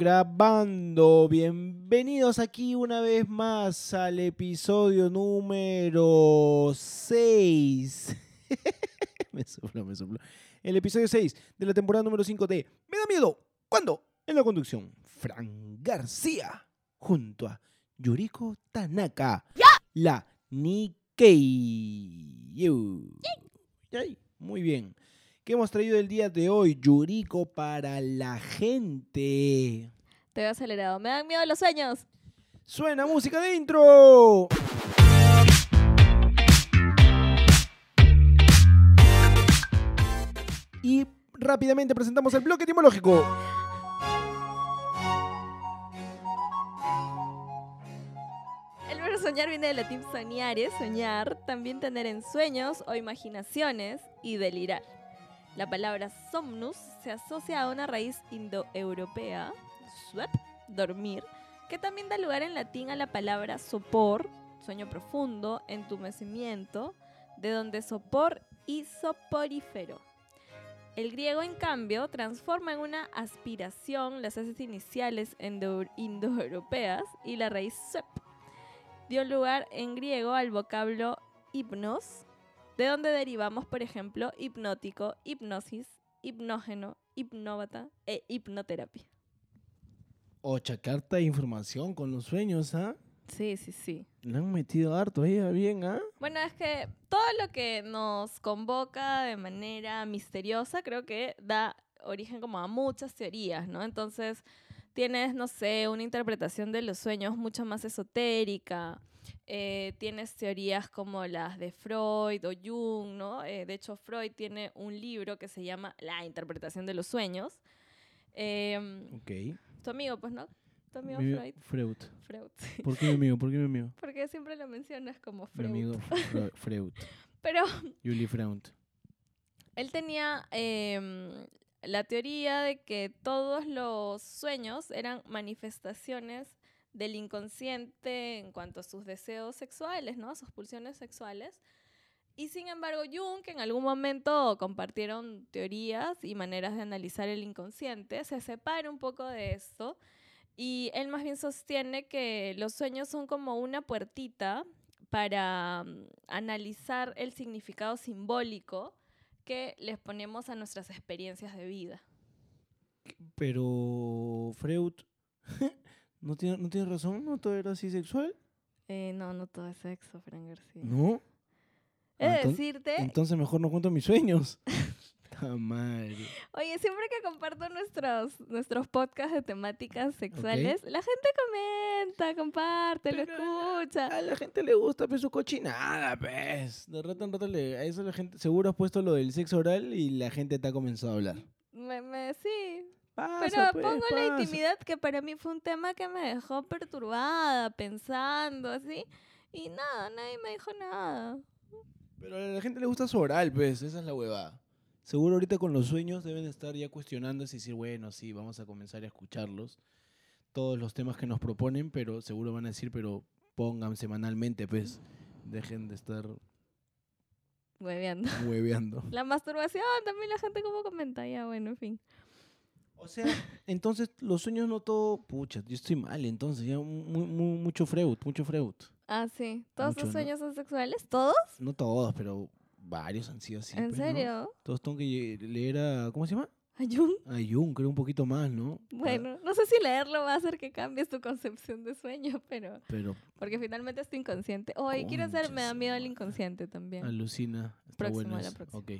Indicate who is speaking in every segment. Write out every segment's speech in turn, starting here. Speaker 1: grabando. Bienvenidos aquí una vez más al episodio número 6. me sopló, me sopló. El episodio 6 de la temporada número 5 de Me da miedo. ¿Cuándo? En la conducción, Fran García junto a Yuriko Tanaka. La Nikkei. Yay. Muy bien. ¿Qué hemos traído el día de hoy? Yuriko para la gente.
Speaker 2: Te veo acelerado. Me dan miedo los sueños.
Speaker 1: Suena música de intro. Y rápidamente presentamos el bloque etimológico.
Speaker 2: El verbo soñar viene del latín soñare, soñar, también tener ensueños o imaginaciones y delirar. La palabra somnus se asocia a una raíz indoeuropea, suep, dormir, que también da lugar en latín a la palabra sopor, sueño profundo, entumecimiento, de donde sopor y soporífero. El griego, en cambio, transforma en una aspiración las heces iniciales endo- indoeuropeas y la raíz suep, dio lugar en griego al vocablo hipnos, de donde derivamos, por ejemplo, hipnótico, hipnosis, hipnógeno, hipnóbata e hipnoterapia.
Speaker 1: Ocha carta de información con los sueños, ¿ah?
Speaker 2: Sí, sí, sí.
Speaker 1: Le han metido harto ahí, bien, ¿ah?
Speaker 2: Bueno, es que todo lo que nos convoca de manera misteriosa creo que da origen como a muchas teorías, ¿no? Entonces tienes, no sé, una interpretación de los sueños mucho más esotérica, eh, tienes teorías como las de Freud o Jung, ¿no? Eh, de hecho, Freud tiene un libro que se llama La interpretación de los sueños. Em,
Speaker 1: Ok.
Speaker 2: tu amigo, pues, ¿no? Tu amigo
Speaker 1: Mi-
Speaker 2: Freud.
Speaker 1: Freud.
Speaker 2: Freud.
Speaker 1: ¿Por qué mi amigo? ¿Por qué mi amigo?
Speaker 2: Porque siempre lo mencionas como
Speaker 1: Mi
Speaker 2: Freud.
Speaker 1: amigo Fre- Freud.
Speaker 2: Pero
Speaker 1: Julie Freud.
Speaker 2: Él tenía em, la teoría de que todos los sueños eran manifestaciones del inconsciente en cuanto a sus deseos sexuales, ¿no? Sus pulsiones sexuales. Y sin embargo, Jung, que en algún momento compartieron teorías y maneras de analizar el inconsciente, se separa un poco de esto. Y él más bien sostiene que los sueños son como una puertita para mm, analizar el significado simbólico que les ponemos a nuestras experiencias de vida.
Speaker 1: Pero Freud no tiene, no tiene razón, no todo era así sexual.
Speaker 2: Eh, no, no todo es sexo, Fran García.
Speaker 1: No. Ah,
Speaker 2: Es
Speaker 1: enton-
Speaker 2: decirte,
Speaker 1: Entonces mejor no cuento mis sueños. Ta madre.
Speaker 2: oye, siempre que comparto nuestros, nuestros podcasts de temáticas sexuales, la gente comenta, comparte, lo
Speaker 1: Pero la-
Speaker 2: escucha.
Speaker 1: A la gente le gusta pues, su cochinada, pues. De rato en rato le- a eso la gente seguro has puesto lo del sexo oral y la gente te ha comenzado a hablar.
Speaker 2: Me, me- sí,
Speaker 1: Pasa,
Speaker 2: pero
Speaker 1: pues,
Speaker 2: pongo la
Speaker 1: pasa.
Speaker 2: intimidad que para mí fue un tema que me dejó perturbada, pensando así, y nada, nadie me dijo nada.
Speaker 1: Pero a la gente le gusta su oral, pues, esa es la huevada. Seguro ahorita con los sueños deben estar ya cuestionándose y decir, bueno, sí, vamos a comenzar a escucharlos, todos los temas que nos proponen, pero seguro van a decir, pero pongan semanalmente, pues, dejen de estar
Speaker 2: Hueveando.
Speaker 1: hueveando.
Speaker 2: La masturbación, también la gente como comenta, ya bueno, en fin.
Speaker 1: O sea, entonces los sueños no todo, pucha, yo estoy mal, entonces ya mu- mu- mucho Freud, mucho Freud.
Speaker 2: Ah, sí. ¿Todos
Speaker 1: Mucho,
Speaker 2: tus
Speaker 1: ¿no?
Speaker 2: sueños son sexuales? ¿Todos?
Speaker 1: No todos, pero varios han sido así.
Speaker 2: ¿En
Speaker 1: pues, ¿no?
Speaker 2: serio?
Speaker 1: Todos tengo que lle- leer a, ¿cómo se llama?
Speaker 2: ¿Ayun?
Speaker 1: A Jung, creo un poquito más, ¿no? Ah, Pa-
Speaker 2: Bueno, no sé si leerlo va a hacer que cambies tu concepción de sueño, pero...
Speaker 1: Pero
Speaker 2: Porque finalmente es tu inconsciente. Oye, quiero hacer... Me
Speaker 1: Concha
Speaker 2: da
Speaker 1: su
Speaker 2: miedo el
Speaker 1: madre.
Speaker 2: inconsciente también.
Speaker 1: Alucina. Está
Speaker 2: Próximo,
Speaker 1: bueno
Speaker 2: la
Speaker 1: eso.
Speaker 2: próxima.
Speaker 1: Ok.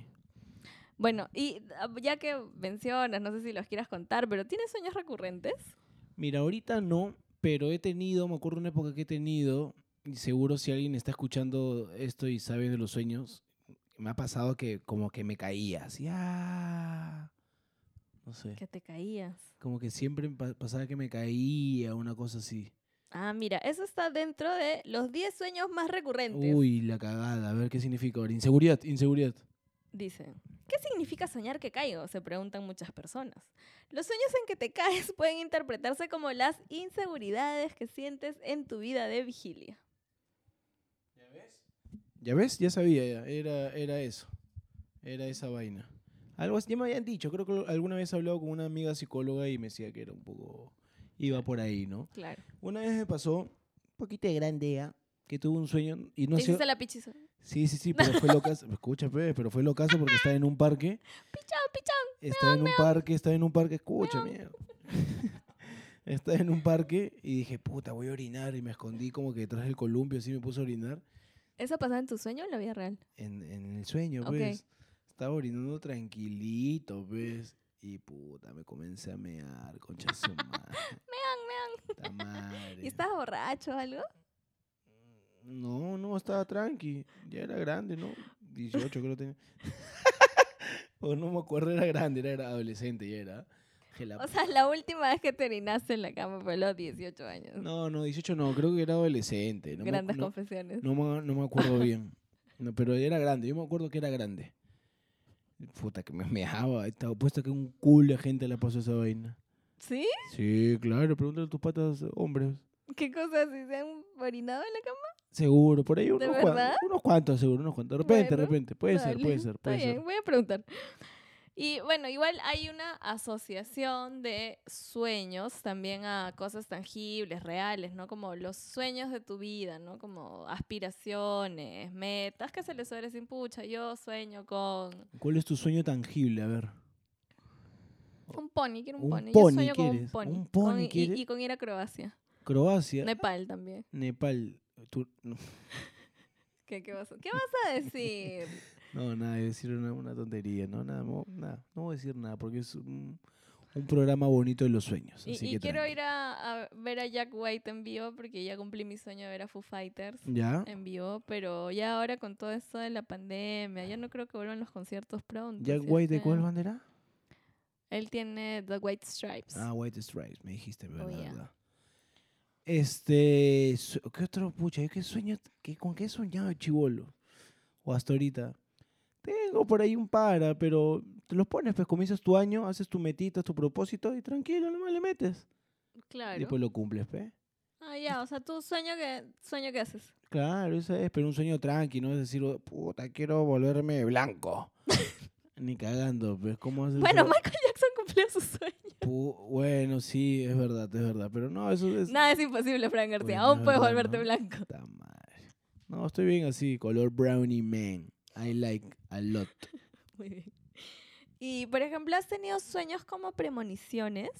Speaker 2: Bueno, y ah, ya que mencionas, no sé si los quieras contar, pero ¿tienes sueños recurrentes?
Speaker 1: Mira, ahorita no, pero he tenido, me acuerdo una época que he tenido, y seguro si alguien está escuchando esto y sabe de los sueños, me ha pasado que como que me caía, así, ah, no sé,
Speaker 2: Que te caías.
Speaker 1: como que siempre me pa- pasaba que me caía, una cosa así.
Speaker 2: Ah, mira, eso está dentro de los 10 sueños más recurrentes.
Speaker 1: Uy, la cagada, a ver qué significa ahora. Inseguridad, inseguridad.
Speaker 2: Dice, ¿qué significa soñar que caigo? Se preguntan muchas personas. Los sueños en que te caes pueden interpretarse como las inseguridades que sientes en tu vida de vigilia.
Speaker 1: ¿Ya ves? Ya sabía, ya, Era, era eso. Era esa vaina. Algo así, ya me habían dicho, creo que alguna vez he hablado con una amiga psicóloga y me decía que era un poco, iba por ahí, ¿no?
Speaker 2: Claro.
Speaker 1: Una vez me pasó, un poquito de grande ya, que tuve un sueño y no
Speaker 2: ¿Te
Speaker 1: sé...
Speaker 2: hiciste la pichizo?
Speaker 1: Sí, sí, sí, pero fue locazo. Escucha, pe, pero fue locazo porque estaba en un parque.
Speaker 2: Pichón, pichón.
Speaker 1: Estaba en un parque, estaba en un parque. Escucha, mierda. Estaba en un parque y dije, puta, voy a orinar. Y me escondí como que detrás del columpio, así me puse a orinar.
Speaker 2: ¿Eso pasaba en tu sueño o en la vida real?
Speaker 1: En, en el sueño,
Speaker 2: Ok.
Speaker 1: pues. Estaba orinando tranquilito, pues. Y puta, me comencé a mear, concha su madre. mean, madre.
Speaker 2: ¿Y estabas borracho o algo?
Speaker 1: No, no, estaba tranqui. Ya era grande, ¿no? 18 creo tenía. o no me acuerdo, era grande, era, era adolescente, ya era. Que la
Speaker 2: O sea, la última vez que te orinaste en la cama fue a los 18 años.
Speaker 1: No, no, 18 no, creo que era adolescente. No
Speaker 2: Grandes
Speaker 1: me, acu-
Speaker 2: confesiones.
Speaker 1: no, no me, no me acuerdo bien. No, pero era grande, yo me acuerdo que era grande. Puta, que me meaba. Estaba puesta que un culo de gente le pasó esa vaina.
Speaker 2: ¿Sí?
Speaker 1: Sí, claro, pregúntale a tus patas, hombres.
Speaker 2: ¿Qué cosas? ¿Sí se han orinado en la cama?
Speaker 1: Seguro, por ahí unos, cua-
Speaker 2: verdad?
Speaker 1: unos cuantos, seguro, unos cuantos. De repente, de
Speaker 2: Bueno,
Speaker 1: repente. Puede ser,
Speaker 2: Dale,
Speaker 1: puede ser,
Speaker 2: está
Speaker 1: puede
Speaker 2: bien,
Speaker 1: ser.
Speaker 2: voy a preguntar. Y bueno, igual hay una asociación de sueños también a cosas tangibles, reales, ¿no? Como los sueños de tu vida, ¿no? Como aspiraciones, metas que se les suele decir, pucha, yo sueño con
Speaker 1: ¿Cuál es tu sueño tangible? A ver.
Speaker 2: un pony, quiero un,
Speaker 1: Un pony
Speaker 2: pony. Yo sueño
Speaker 1: quieres,
Speaker 2: con un pony.
Speaker 1: un pony
Speaker 2: con- y-
Speaker 1: quieres.
Speaker 2: y, con ir a Croacia.
Speaker 1: Croacia,
Speaker 2: Nepal también.
Speaker 1: Nepal. Tur- no,
Speaker 2: ¿Qué, qué vas, a, ¿Qué vas a decir?
Speaker 1: no, nada, iba a decir una, una tontería, ¿no? Nada, mo- nada, no voy a decir nada porque es un, un programa bonito de los sueños.
Speaker 2: Y,
Speaker 1: así
Speaker 2: y
Speaker 1: que
Speaker 2: quiero
Speaker 1: tranqui.
Speaker 2: ir a, a ver a Jack White en vivo porque ya cumplí mi sueño de ver a Foo Fighters.
Speaker 1: ¿Ya?
Speaker 2: en vivo, pero ya ahora con todo esto de la pandemia, ya no creo que vuelvan los conciertos pronto.
Speaker 1: ¿Jack
Speaker 2: así es
Speaker 1: White de cuál
Speaker 2: que-
Speaker 1: bandera?
Speaker 2: Él tiene The White Stripes.
Speaker 1: Ah, White Stripes, me dijiste, ¿verdad?
Speaker 2: Pues Oh, yeah.
Speaker 1: verdad. Este, su- ¿qué otro pucha? ¿Qué sueño? qué- ¿Con qué he soñado chivolo? O hasta ahorita. Tengo por ahí un para, pero te los pones, pues comienzas tu año, haces tu metita, tu propósito y tranquilo, nomás le metes.
Speaker 2: claro.
Speaker 1: Y después lo cumples, pues. ¿pe?
Speaker 2: Ah, ya, o sea, tú sueño que, sueño que haces.
Speaker 1: Claro, esa es, pero un sueño tranqui, no es decir, "Oh, puta, quiero volverme blanco. Ni cagando, pues, ¿cómo haces
Speaker 2: Bueno,
Speaker 1: eso?
Speaker 2: Michael Jackson cumplió su sueño.
Speaker 1: Pu- bueno, sí, es verdad, es verdad, pero no, eso es...
Speaker 2: Nada es imposible, Fran García.
Speaker 1: Bueno,
Speaker 2: Aún
Speaker 1: es
Speaker 2: puedes
Speaker 1: verdad,
Speaker 2: volverte
Speaker 1: Pues ¿no?
Speaker 2: blanco.
Speaker 1: Puta madre. No, estoy bien así, color brownie man. I like a lot.
Speaker 2: Muy bien. Y, por ejemplo, ¿has tenido sueños como premoniciones?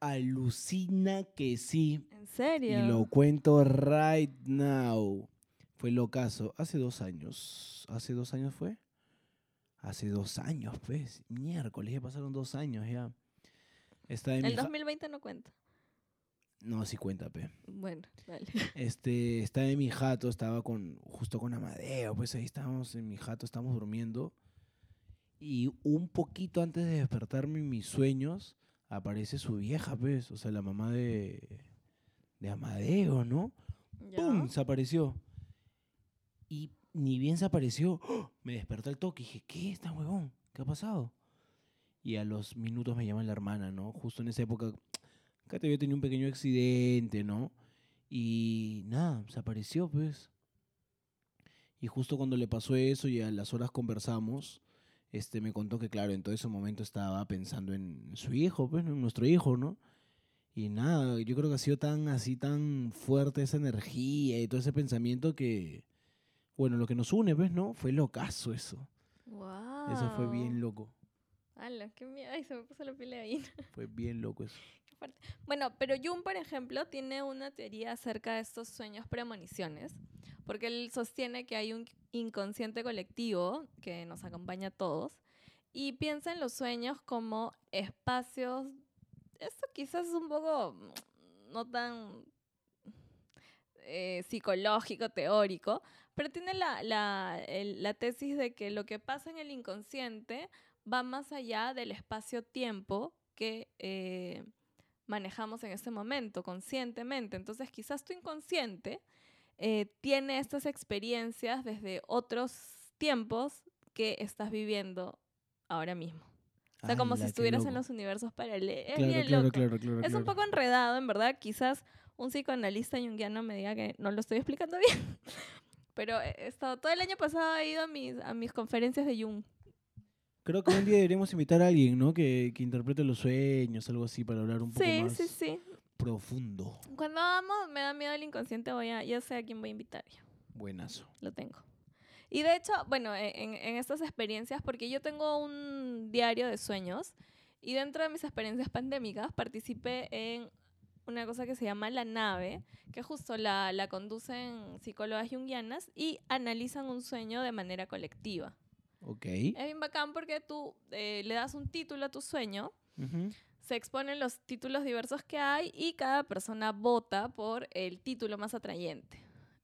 Speaker 1: Alucina que sí.
Speaker 2: ¿En
Speaker 1: Y
Speaker 2: serio?
Speaker 1: lo cuento right now. Fue lo caso. Hace dos años. ¿Hace dos años fue? Hace dos años, pues. Miércoles, ya pasaron dos años ya. Está en mi
Speaker 2: El
Speaker 1: ja-
Speaker 2: 2020 no cuenta.
Speaker 1: No, sí cuenta, pe.
Speaker 2: Bueno, dale.
Speaker 1: Este, estaba en mi jato, estaba con, justo con Amadeo, pues ahí estábamos en mi jato, estábamos durmiendo. Y un poquito antes de despertarme en mis sueños, aparece su vieja, pues, o sea, la mamá de, de Amadeo, ¿no?
Speaker 2: Ya.
Speaker 1: ¡Pum! Se apareció. Y ni bien se apareció, ¡oh! me despertó el toque. Y dije, ¿qué está, huevón? ¿Qué ha pasado? Y a los minutos me llama la hermana, ¿no? Justo en esa época, acá te había tenido un pequeño accidente, ¿no? Y nada, se apareció, pues. Y justo cuando le pasó eso y a las horas conversamos, este me contó que, claro, en todo ese momento estaba pensando en su hijo, pues, ¿no? en nuestro hijo, ¿no? Y nada, yo creo que ha sido tan así, tan fuerte esa energía y todo ese pensamiento que, bueno, lo que nos une, pues, ¿no? Fue locazo eso.
Speaker 2: Wow.
Speaker 1: Eso fue bien loco.
Speaker 2: Ala, qué miedo. Ay, se me puso la piel de gallina.
Speaker 1: Fue bien loco eso.
Speaker 2: Bueno, pero Jung, por ejemplo, tiene una teoría acerca de estos sueños premoniciones, porque él sostiene que hay un inconsciente colectivo que nos acompaña a todos y piensa en los sueños como espacios. Esto quizás es un poco mm, no tan eh, psicológico, teórico, pero tiene la, la- el- la tesis de que lo que pasa en el inconsciente va más allá del espacio-tiempo que eh, manejamos en ese momento, conscientemente. Entonces, quizás tu inconsciente eh, tiene estas experiencias desde otros tiempos que estás viviendo ahora mismo. O sea, como si
Speaker 1: Ala, qué
Speaker 2: estuvieras en
Speaker 1: loco.
Speaker 2: los universos paralelos. Es
Speaker 1: Claro,
Speaker 2: bien
Speaker 1: claro,
Speaker 2: loco.
Speaker 1: claro, claro,
Speaker 2: Es un
Speaker 1: claro.
Speaker 2: poco enredado, en verdad. Quizás un psicoanalista junguiano me diga que no lo estoy explicando bien. Pero he estado, todo el año pasado he ido a mis, a mis conferencias de Jung.
Speaker 1: Creo que un día deberíamos invitar a alguien, ¿no? Que, que interprete los sueños, algo así, para hablar un poco
Speaker 2: Sí,
Speaker 1: más
Speaker 2: sí, sí.
Speaker 1: profundo.
Speaker 2: Cuando vamos, me da miedo el inconsciente, voy a, ya sé a quién voy a invitar. ya.
Speaker 1: Buenazo.
Speaker 2: Lo tengo. Y de hecho, bueno, e- en, en estas experiencias, porque yo tengo un diario de sueños y dentro de mis experiencias pandémicas participé en una cosa que se llama la nave, que justo la, la conducen psicólogas junguianas y analizan un sueño de manera colectiva.
Speaker 1: Ok.
Speaker 2: Es bien bacán porque tú eh, le das un título a tu sueño,
Speaker 1: Ujú.
Speaker 2: se exponen los títulos diversos que hay y cada persona vota por el título más atrayente.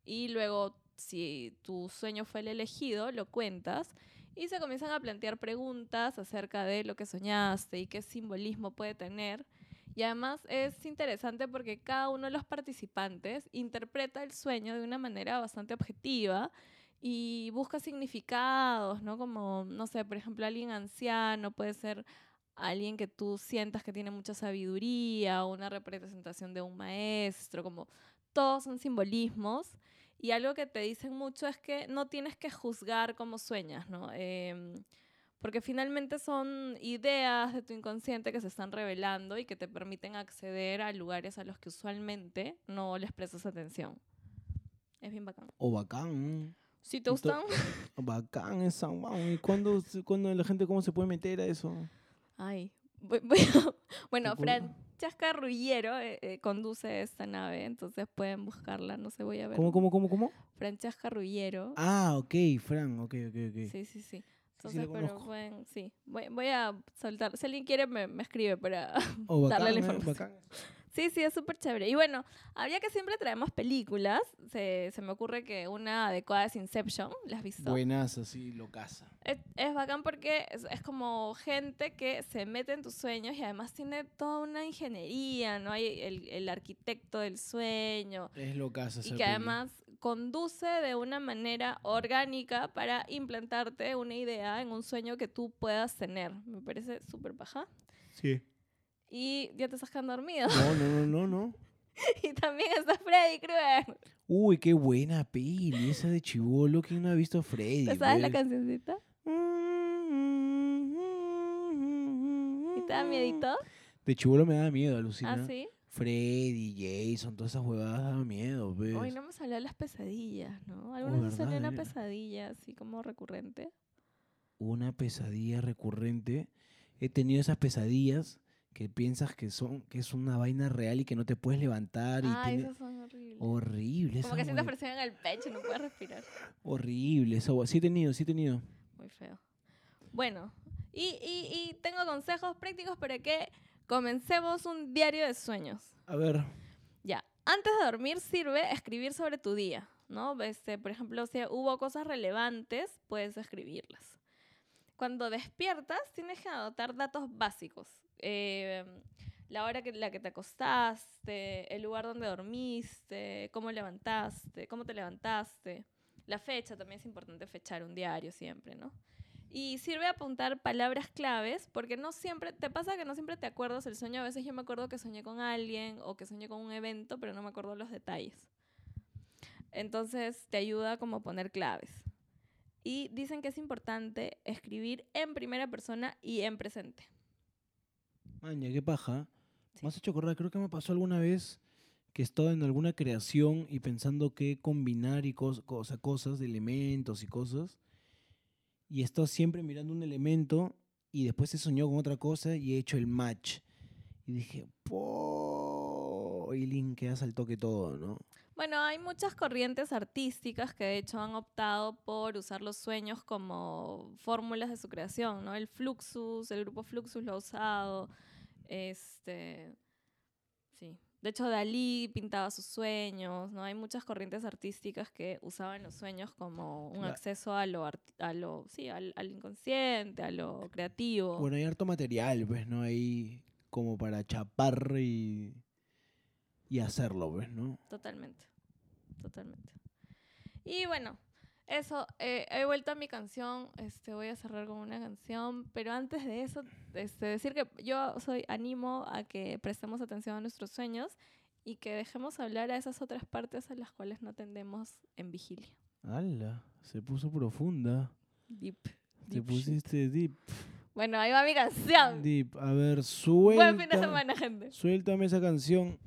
Speaker 2: Y luego, si tu sueño fue el elegido, lo cuentas y se comienzan a plantear preguntas acerca de lo que soñaste y qué simbolismo puede tener. Y además es interesante porque cada uno de los participantes interpreta el sueño de una manera bastante objetiva y busca significados, ¿no? Como, no sé, por ejemplo, alguien anciano puede ser alguien que tú sientas que tiene mucha sabiduría, o una representación de un maestro, como todos son simbolismos. Y algo que te dicen mucho es que no tienes que juzgar cómo sueñas, ¿no? Em, porque finalmente son ideas de tu inconsciente que se están revelando y que te permiten acceder a lugares a los que usualmente no les prestas atención. Es bien bacán.
Speaker 1: O bacán.
Speaker 2: Si te
Speaker 1: Y to-
Speaker 2: gustan,
Speaker 1: Bacán esa, wow. ¿Y cuándo, se- cuándo la gente cómo se puede meter a eso?
Speaker 2: Ay, bu- bu- bueno,
Speaker 1: Ocu-
Speaker 2: Francesca Ruggiero eh, eh, conduce esta nave, entonces pueden buscarla, no sé, voy a ver.
Speaker 1: ¿Cómo, cómo, cómo, cómo?
Speaker 2: Francesca Ruggiero.
Speaker 1: Ah, ok, Fran, ok, ok, ok.
Speaker 2: Sí, sí, sí.
Speaker 1: la
Speaker 2: Entonces, pero
Speaker 1: conozco.
Speaker 2: pueden, sí. Voy, voy a soltar, si alguien quiere me, me escribe para...
Speaker 1: O bacán, eh,
Speaker 2: Darle la información.
Speaker 1: bacán.
Speaker 2: Sí, sí, es súper chévere. Y bueno, habría que siempre traemos películas. Se, se me ocurre que una adecuada es Inception, ¿las has visto?
Speaker 1: Buenazo, sí, lo casa.
Speaker 2: Es, es bacán porque es, es como gente que se mete en tus sueños y además tiene toda una ingeniería, ¿no? Hay el, el arquitecto del sueño
Speaker 1: Es lo casa.
Speaker 2: y que además conduce de una manera orgánica para implantarte una idea en un sueño que tú puedas tener. Me parece súper paja.
Speaker 1: Sí.
Speaker 2: Y ya te estás quedando dormido.
Speaker 1: No, no, no, no, no.
Speaker 2: y también está Freddy Krueger.
Speaker 1: Uy, qué buena peli, esa de Chivolo, ¿quién no ha visto a Freddy?
Speaker 2: ¿Te sabes la
Speaker 1: pues?
Speaker 2: cancioncita? ¿Y te da miedito?
Speaker 1: De Chivolo me daba miedo, alucina.
Speaker 2: ¿Ah, sí?
Speaker 1: Freddy, Jason, todas esas huevadas daban miedo, pues.
Speaker 2: Hoy no hemos hablado de las pesadillas, ¿no? ¿Alguna vez salió
Speaker 1: ¿verdad?
Speaker 2: una
Speaker 1: Mira.
Speaker 2: pesadilla así como recurrente?
Speaker 1: Una pesadilla recurrente. He tenido esas pesadillas que piensas que son que es una vaina real y que no te puedes levantar y
Speaker 2: Ah,
Speaker 1: tiene-
Speaker 2: esas son horribles.
Speaker 1: horrible
Speaker 2: como
Speaker 1: esa
Speaker 2: que sientes
Speaker 1: hue-
Speaker 2: presión en el pecho, no puedes respirar.
Speaker 1: horrible esa hue- Sí he tenido, sí he tenido.
Speaker 2: Muy feo. Bueno, y, y, y tengo consejos prácticos para que comencemos un diario de sueños.
Speaker 1: A ver,
Speaker 2: Ya, antes de dormir sirve escribir sobre tu día, ¿no? Este, por ejemplo, si hubo cosas relevantes, puedes escribirlas. Cuando despiertas, tienes que anotar datos básicos. eh, la hora que, la que te acostaste, el lugar donde dormiste, cómo levantaste, cómo te levantaste. La fecha, también es importante fechar un diario siempre, ¿no? Y sirve apuntar palabras claves, porque no siempre, te pasa que no siempre te acuerdas el sueño. A veces yo me acuerdo que soñé con alguien o que soñé con un evento, pero no me acuerdo los detalles. Entonces te ayuda como a poner claves. Y dicen que es importante escribir en primera persona y en presente.
Speaker 1: maña, qué paja.
Speaker 2: Sí.
Speaker 1: Me has hecho acordar, creo que me pasó alguna vez que estaba en alguna creación y pensando qué combinar y cos- cosa- cosas, de elementos y cosas. Y he estado siempre mirando un elemento y después se soñó con otra cosa y he hecho el match. Y dije, po Y linkeas al toque todo, ¿no?
Speaker 2: Bueno, hay muchas corrientes artísticas que de hecho han optado por usar los sueños como fórmulas de su creación, ¿no? El Fluxus, el grupo Fluxus lo ha usado, este, sí. De hecho, Dalí pintaba sus sueños, ¿no? Hay muchas corrientes artísticas que usaban los sueños como un
Speaker 1: Cla-
Speaker 2: acceso a lo, arti- a lo sí, al, al inconsciente, a lo creativo.
Speaker 1: Bueno, hay harto material, pues, ¿no? Ahí como para chapar y, y hacerlo, pues, ¿no?
Speaker 2: Totalmente. Totalmente. Y bueno, eso. eh, he vuelto a mi canción. Este, voy a cerrar con una canción. Pero antes de eso, este, decir que yo soy animo a que prestemos atención a nuestros sueños y que dejemos hablar a esas otras partes a las cuales no atendemos en vigilia.
Speaker 1: ¡Hala! Se puso profunda.
Speaker 2: Deep.
Speaker 1: Te
Speaker 2: Deep shit.
Speaker 1: pusiste deep.
Speaker 2: Bueno, ahí va mi canción.
Speaker 1: Deep. A ver,
Speaker 2: Buen fin de
Speaker 1: suelta.
Speaker 2: semana, gente.
Speaker 1: Suéltame esa canción.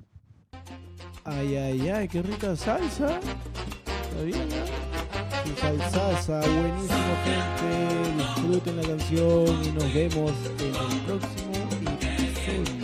Speaker 1: Ay, ay, ay, qué rica salsa. Está bien, ¿no? Su salsaza, buenísimo, gente. Disfruten la canción y nos vemos en el próximo episodio.